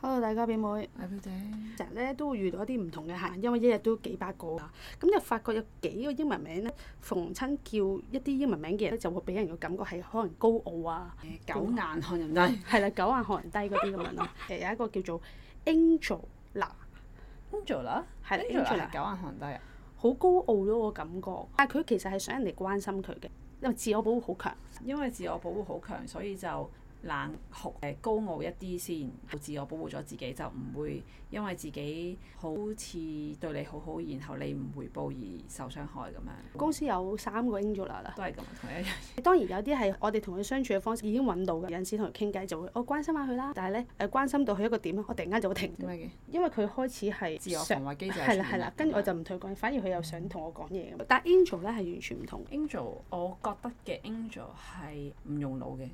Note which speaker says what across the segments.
Speaker 1: Hello，大家表妹，
Speaker 2: 係表姐，
Speaker 1: 成日咧都會遇到一啲唔同嘅客人，因為一日都幾百個啊。咁就發覺有幾個英文名咧，逢親叫一啲英文名嘅人咧，就會俾人嘅感覺係可能高傲啊，
Speaker 2: 狗眼看人低。
Speaker 1: 係啦，狗眼看人低嗰啲咁樣咯。誒有一個叫做 Angel 嗱，
Speaker 2: Angela
Speaker 1: 係啦
Speaker 2: Angela 係
Speaker 1: Angela
Speaker 2: 狗眼看人低啊！
Speaker 1: 好高傲咯個感覺，但係佢其實係想人哋關心佢嘅，因為自我保護好強。
Speaker 2: 因為自我保護好強，所以就冷酷誒高傲一啲先，自我保護咗自己就唔會因為自己好似對你好好，然後你唔回報而受傷害咁樣，
Speaker 1: 公司有三個 Angel 啦。
Speaker 2: 都係咁啊同一樣。
Speaker 1: 當然有啲係我哋同佢相處嘅方式已經揾到嘅，有陣時同佢傾偈就會我關心下佢啦，但係咧誒關心到佢一個點咧，我突然間就會停，
Speaker 2: 點解嘅？
Speaker 1: 因為佢開始係
Speaker 2: 自我
Speaker 1: 想
Speaker 2: 防衞機制
Speaker 1: 係啦
Speaker 2: 出
Speaker 1: 係
Speaker 2: 現
Speaker 1: 啦，跟住我就唔同佢講，反而佢又想同我講嘢咁。但 Angel 咧係完全唔同
Speaker 2: Angel，我覺得嘅 Angel 係唔用腦嘅，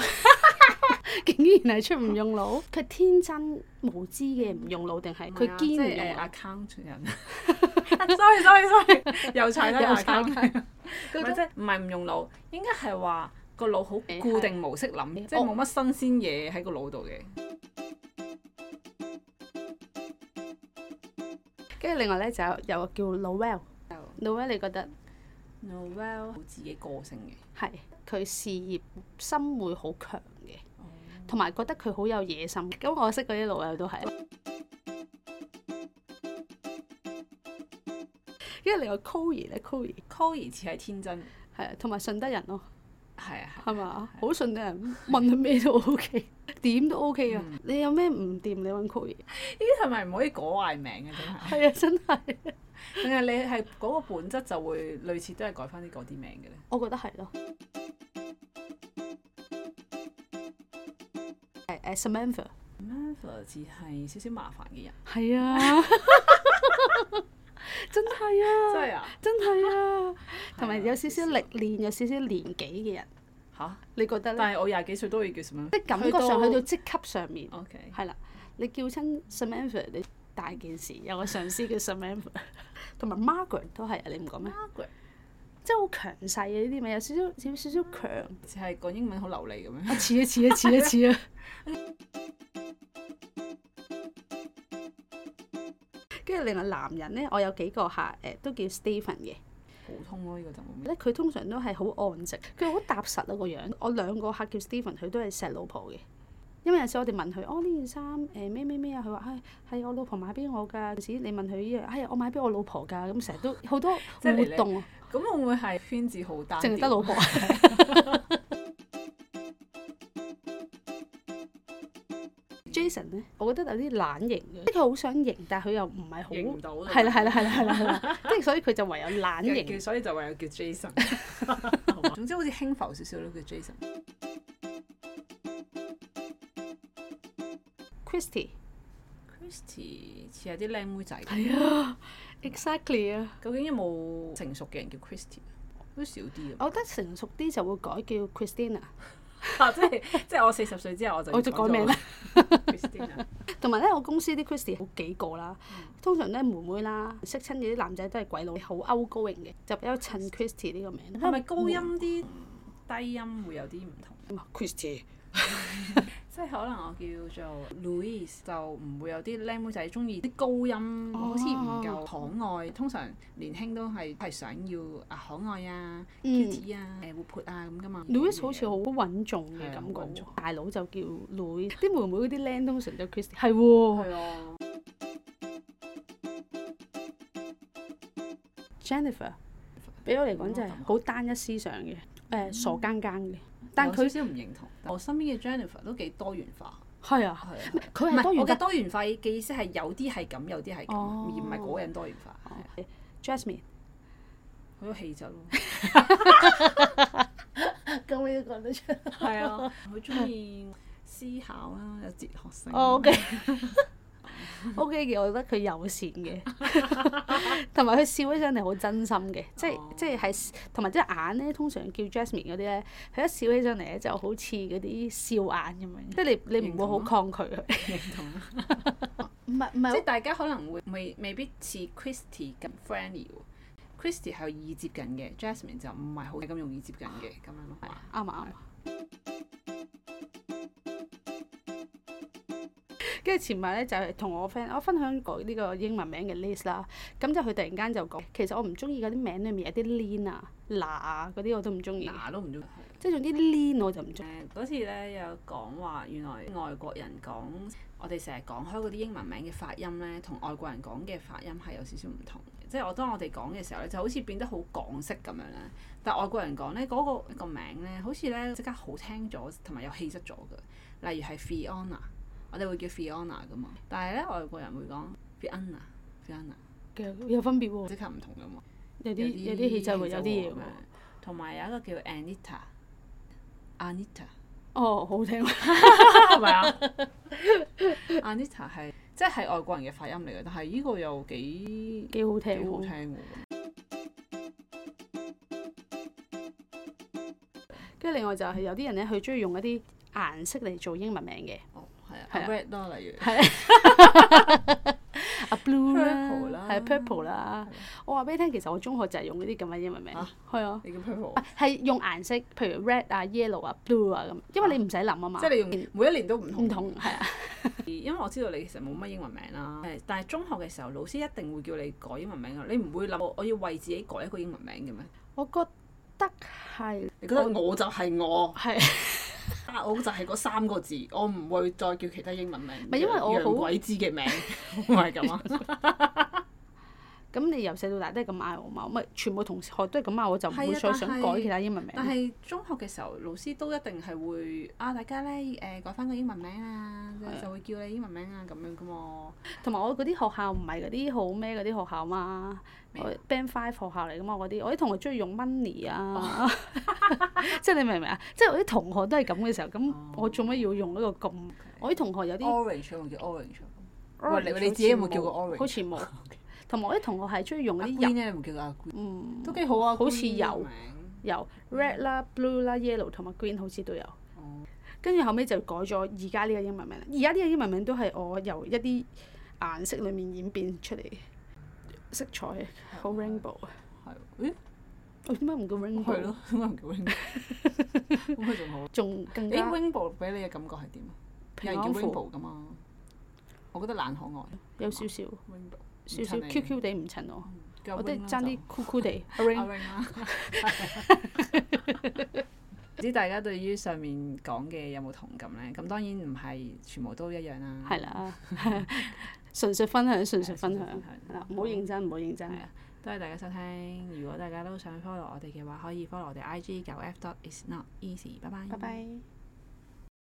Speaker 1: 嘅， 竟然係出唔用腦， 佢天真無知嘅唔用腦定係啊佢堅
Speaker 2: 即
Speaker 1: 唔
Speaker 2: 係
Speaker 1: 用
Speaker 2: 誒
Speaker 1: 腦？
Speaker 2: account 人。sorry sorry sorry，又踩低
Speaker 1: 又踩
Speaker 2: account
Speaker 1: 佢
Speaker 2: 唔係即係唔係唔用腦，應該係話個腦好固定模式諗，即係冇乜新鮮嘢喺個腦度嘅。
Speaker 1: 跟住另外咧就有有個叫 Noel，Noel 你覺得
Speaker 2: Noel 好自己個性嘅，
Speaker 1: 係佢事業心會好強嘅，
Speaker 2: 哦
Speaker 1: 同埋覺得佢好有野心。咁我識嗰啲老友都係。因為你個 Cory 咧，Cory
Speaker 2: Cory 似係天真，
Speaker 1: 係啊，同埋順德人咯，
Speaker 2: 係啊，
Speaker 1: 係嘛？好順德人，問佢咩都 OK，點都 OK 啊！你有咩唔掂，你揾 Cory。
Speaker 2: 呢啲係咪唔可以改壞名嘅真 係？
Speaker 1: 係啊，真係，
Speaker 2: 定係你係嗰個本質就會類似都係改翻啲嗰啲名嘅咧？
Speaker 1: 我覺得係咯。誒誒，Samantha。
Speaker 2: Marvel 似係少少麻煩嘅人，
Speaker 1: 係啊， 真係啊，
Speaker 2: 真係啊
Speaker 1: 真係啊，同埋
Speaker 2: 係啊
Speaker 1: 有少少歷練、有少少年紀嘅人，
Speaker 2: 吓？
Speaker 1: 你覺得咧？
Speaker 2: 但係我廿幾歲都要叫 Samantha。
Speaker 1: 即係感覺上去
Speaker 2: 去
Speaker 1: 到
Speaker 2: 到
Speaker 1: 職級上面，
Speaker 2: OK，
Speaker 1: 係啦，你叫親 Samantha，你大件事，有個上司叫 Samantha，同埋 Margaret 都係啊，你唔講咩？
Speaker 2: Margaret
Speaker 1: 即係好強勢啊！呢啲咪有少少少少少強，
Speaker 2: 似係講英文好流利咁樣。
Speaker 1: 啊似啊似啊似啊似啊！ 跟住另外男人咧，我有幾個客誒、都叫 Stephen 嘅。
Speaker 2: 普通咯，呢個就冇咩。
Speaker 1: 咧佢通常都係好安靜，佢好踏實啊個樣。我兩個客叫 Steven，佢都係錫老婆嘅。因為有時我哋問佢，哦呢件衫誒咩咩咩啊，佢話唉係我老婆買俾我㗎。有時你問佢呢樣，哎呀我買俾我老婆㗎，咁成日都好多
Speaker 2: 即係
Speaker 1: 活
Speaker 2: 你啊
Speaker 1: 動啊，
Speaker 2: 咁會唔會係圈子好單調？
Speaker 1: 淨係得老婆。Jason 咧，我覺得有啲懶型嘅，即係佢好想型，但係佢又唔係好，
Speaker 2: 認唔到啊
Speaker 1: 係啦係啦係啦係啦係啦，即係所以佢就唯有懶型
Speaker 2: 叫所以就唯有叫 Jason。總之好似輕浮少少咯，叫 Jason。
Speaker 1: Christy。
Speaker 2: Christy 似係啲靚妹仔，
Speaker 1: 係啊，exactly 啊，
Speaker 2: 究竟有冇成熟嘅人叫 Christy？都少 啲啊咁。
Speaker 1: 我覺得成熟啲就會改叫 Christina，
Speaker 2: 啊即係即係我四十歲之後我就
Speaker 1: 我就改名啦。
Speaker 2: Christina
Speaker 1: 同埋咧，我公司啲 Christy 好幾個啦，通常咧妹妹啦，識親嘅啲男仔都係鬼佬，好 outgoing 嘅，就比較襯 Christy 呢個名。
Speaker 2: 係咪高音啲、低音會有啲唔同？
Speaker 1: Christy？
Speaker 2: 即係可能我叫做 Louis 就唔會有啲靚妹仔中意啲高音，
Speaker 1: 哦
Speaker 2: 好似唔夠可愛。通常年輕都係係想要啊可愛啊、
Speaker 1: 嗯
Speaker 2: cute 啊、誒活潑啊咁噶嘛。
Speaker 1: Louis 好似好穩重嘅
Speaker 2: 係啊
Speaker 1: 感
Speaker 2: 穩
Speaker 1: 覺
Speaker 2: 重，
Speaker 1: 大佬就叫 Louis，啲妹妹嗰啲僆通常就 Christy，係喎
Speaker 2: 係啊。
Speaker 1: Jennifer，俾我嚟講就係好單一思想嘅，誒傻更更嘅，但
Speaker 2: 但佢
Speaker 1: 佢
Speaker 2: 少少唔認同。我身邊嘅 Jennifer 都幾多元化，
Speaker 1: 係啊，
Speaker 2: 係啊，
Speaker 1: 佢
Speaker 2: 唔
Speaker 1: 係多
Speaker 2: 係
Speaker 1: 元
Speaker 2: 我
Speaker 1: 化
Speaker 2: 嘅多元化嘅意思係有啲係咁，有啲係咁，
Speaker 1: 哦
Speaker 2: 而唔係嗰個人多元化，係啊
Speaker 1: Jasmine。
Speaker 2: 好有氣 質咯。
Speaker 1: 咁你都講得出。
Speaker 2: 係啊，好中意思考啦，有哲學性。
Speaker 1: 哦，OK。O.K. 嘅，我覺得佢友善嘅，同埋佢笑起上嚟好真心嘅，即係
Speaker 2: 哦
Speaker 1: 即係係同埋隻眼咧，通常叫 Jasmine 嗰啲咧，佢一笑起上嚟咧就好似嗰啲笑眼咁樣，即係你你唔會好
Speaker 2: 認
Speaker 1: 抗拒佢。
Speaker 2: 認 同啊。
Speaker 1: 唔係唔
Speaker 2: 即係
Speaker 1: 係，
Speaker 2: 大家可能會未未必似 Christy 咁 friendly 喎。Christy 係易接近嘅，Jasmine 就唔係好咁容易接近嘅咁樣咯。
Speaker 1: 啱啊啱啊。跟住前排咧就係同我 friend，我分享過呢個英文名嘅 list 啦。咁就佢突然間就講，其實我唔中意嗰啲名裡面有啲 lean 啊、嗱啊嗰啲我都唔中意，
Speaker 2: 牙都唔中意。
Speaker 1: 即係總之 lean 我就唔中意。
Speaker 2: 誒呃嗰次咧有講話，原來外國人講我哋成日講開嗰啲英文名嘅發音咧，同外國人講嘅發音係有少少唔同嘅。即係我當我哋講嘅時候咧，就好似變得好港式咁樣咧。但外國人講咧嗰個個名咧，好似咧即刻好聽咗，同埋有氣質咗嘅。例如係 Fiona，我哋會叫 Fiona 噶嘛，但係咧外國人會講 Fiona，Fiona，
Speaker 1: 其實有分別喎，
Speaker 2: 即刻唔同㗎嘛。
Speaker 1: 有啲有啲氣質喎，有啲嘢喎
Speaker 2: 咁樣。同埋有一個叫 Anita，Anita。
Speaker 1: 哦，好聽。
Speaker 2: 係咪啊？Anita 係即係外國人嘅發音嚟嘅，但係呢個又幾
Speaker 1: 幾好
Speaker 2: 幾
Speaker 1: 聽
Speaker 2: 好
Speaker 1: 喎，
Speaker 2: 聽喎。
Speaker 1: 跟住另外就係有啲人咧，佢中意用一啲顏色嚟做英文名嘅，
Speaker 2: 哦，係啊
Speaker 1: 係啊
Speaker 2: ，red 啦，例如
Speaker 1: 係啊 blue
Speaker 2: ，purple
Speaker 1: 啦
Speaker 2: 啦，
Speaker 1: 係啊 purple 啦。我話俾你聽，其實我中學就係用呢啲咁嘅英文名
Speaker 2: 啊，
Speaker 1: 係啊，
Speaker 2: 你叫 purple，
Speaker 1: 啊係用顏色，譬如 red 啊、yellow 啊、blue 啊咁，因為你唔使諗啊嘛，
Speaker 2: 即係你用每一年都唔同。
Speaker 1: 唔同係啊，
Speaker 2: 因為我知道你其實冇乜英文名啦，誒，但係中學嘅時候老師一定會叫你改英文名㗎，你唔會諗我我要為自己改一個英文名嘅咩？
Speaker 1: 我覺得係
Speaker 2: 你覺得我就係我，
Speaker 1: 係
Speaker 2: 啊我就係嗰三個字，我唔會再叫其他英文名。
Speaker 1: 係因為我好
Speaker 2: 洋鬼子嘅名， 唔係咁啊。
Speaker 1: 咁，你由細到大都係咁嗌我嘛，咁咪全部同學都係咁嗌我，就唔
Speaker 2: 係
Speaker 1: 會
Speaker 2: 啊
Speaker 1: 再想
Speaker 2: 但係
Speaker 1: 改其他英文名。
Speaker 2: 但係中學嘅時候，老師都一定係會啊，大家咧誒、改翻個英文名啊，
Speaker 1: 係啊
Speaker 2: 就會叫你英文名啊咁樣噶嘛。
Speaker 1: 同埋我嗰啲學校唔係嗰啲好咩嗰啲學校嘛，
Speaker 2: 咩
Speaker 1: 我
Speaker 2: 啊
Speaker 1: Band Five 學校嚟噶嘛，我啲我啲同學中意用 Money
Speaker 2: 哦
Speaker 1: 啊， 即係你明唔明啊？即係我啲同學都係咁嘅時候，咁
Speaker 2: 哦
Speaker 1: 我做乜要用呢個咁？我啲同學有啲
Speaker 2: Orange 有冇叫 Orange？
Speaker 1: orange
Speaker 2: 喂你
Speaker 1: 好似
Speaker 2: 你自己有冇叫過 orange？啊
Speaker 1: 好似 冇。同埋我啲同學係中意用嗰
Speaker 2: 阿
Speaker 1: 啲
Speaker 2: Green
Speaker 1: 油
Speaker 2: 咧有冇叫過阿 Green？
Speaker 1: 嗯
Speaker 2: 都幾好啊，
Speaker 1: 好似有
Speaker 2: Green 呢個名
Speaker 1: 油 red 啦、blue 啦、yellow 同埋 green 好似都有。
Speaker 2: 哦
Speaker 1: 跟住後尾就改咗而家呢個英文名啦。而家呢個英文名都係我由一啲顏色裡面演變出嚟嘅色彩，好 rainbow 啊！
Speaker 2: 係喎，
Speaker 1: 我點解唔叫
Speaker 2: 咦係
Speaker 1: rainbow？
Speaker 2: 咯，點解唔叫 Rainbow？咁佢仲好。
Speaker 1: 仲更
Speaker 2: 誒
Speaker 1: 加
Speaker 2: Rainbow 俾你嘅感覺係點啊？有
Speaker 1: 平
Speaker 2: 人叫
Speaker 1: 安符，
Speaker 2: Rainbow 噶嘛？我覺得懶可愛
Speaker 1: 有少少
Speaker 2: Rainbow，
Speaker 1: 少少
Speaker 2: 唔襯你
Speaker 1: QQ 地唔襯我，
Speaker 2: 叫阿
Speaker 1: 我都
Speaker 2: Ring 啦
Speaker 1: 爭
Speaker 2: 就
Speaker 1: 啲酷酷 地。阿
Speaker 2: 阿
Speaker 1: Ring，啊
Speaker 2: Ring 啦。唔知大家對於上面講嘅有冇同感呢？咁當然唔係全部都一樣啦。
Speaker 1: 係啦， 純粹分享，純粹分享
Speaker 2: 係純粹分
Speaker 1: 係
Speaker 2: 享
Speaker 1: 啦，唔好認真，唔好認真。
Speaker 2: 係啊多謝大家收聽。如果大家都想 follow 我哋嘅話，可以 follow 我哋 IG 九 F dot is not easy。拜拜。
Speaker 1: 拜拜。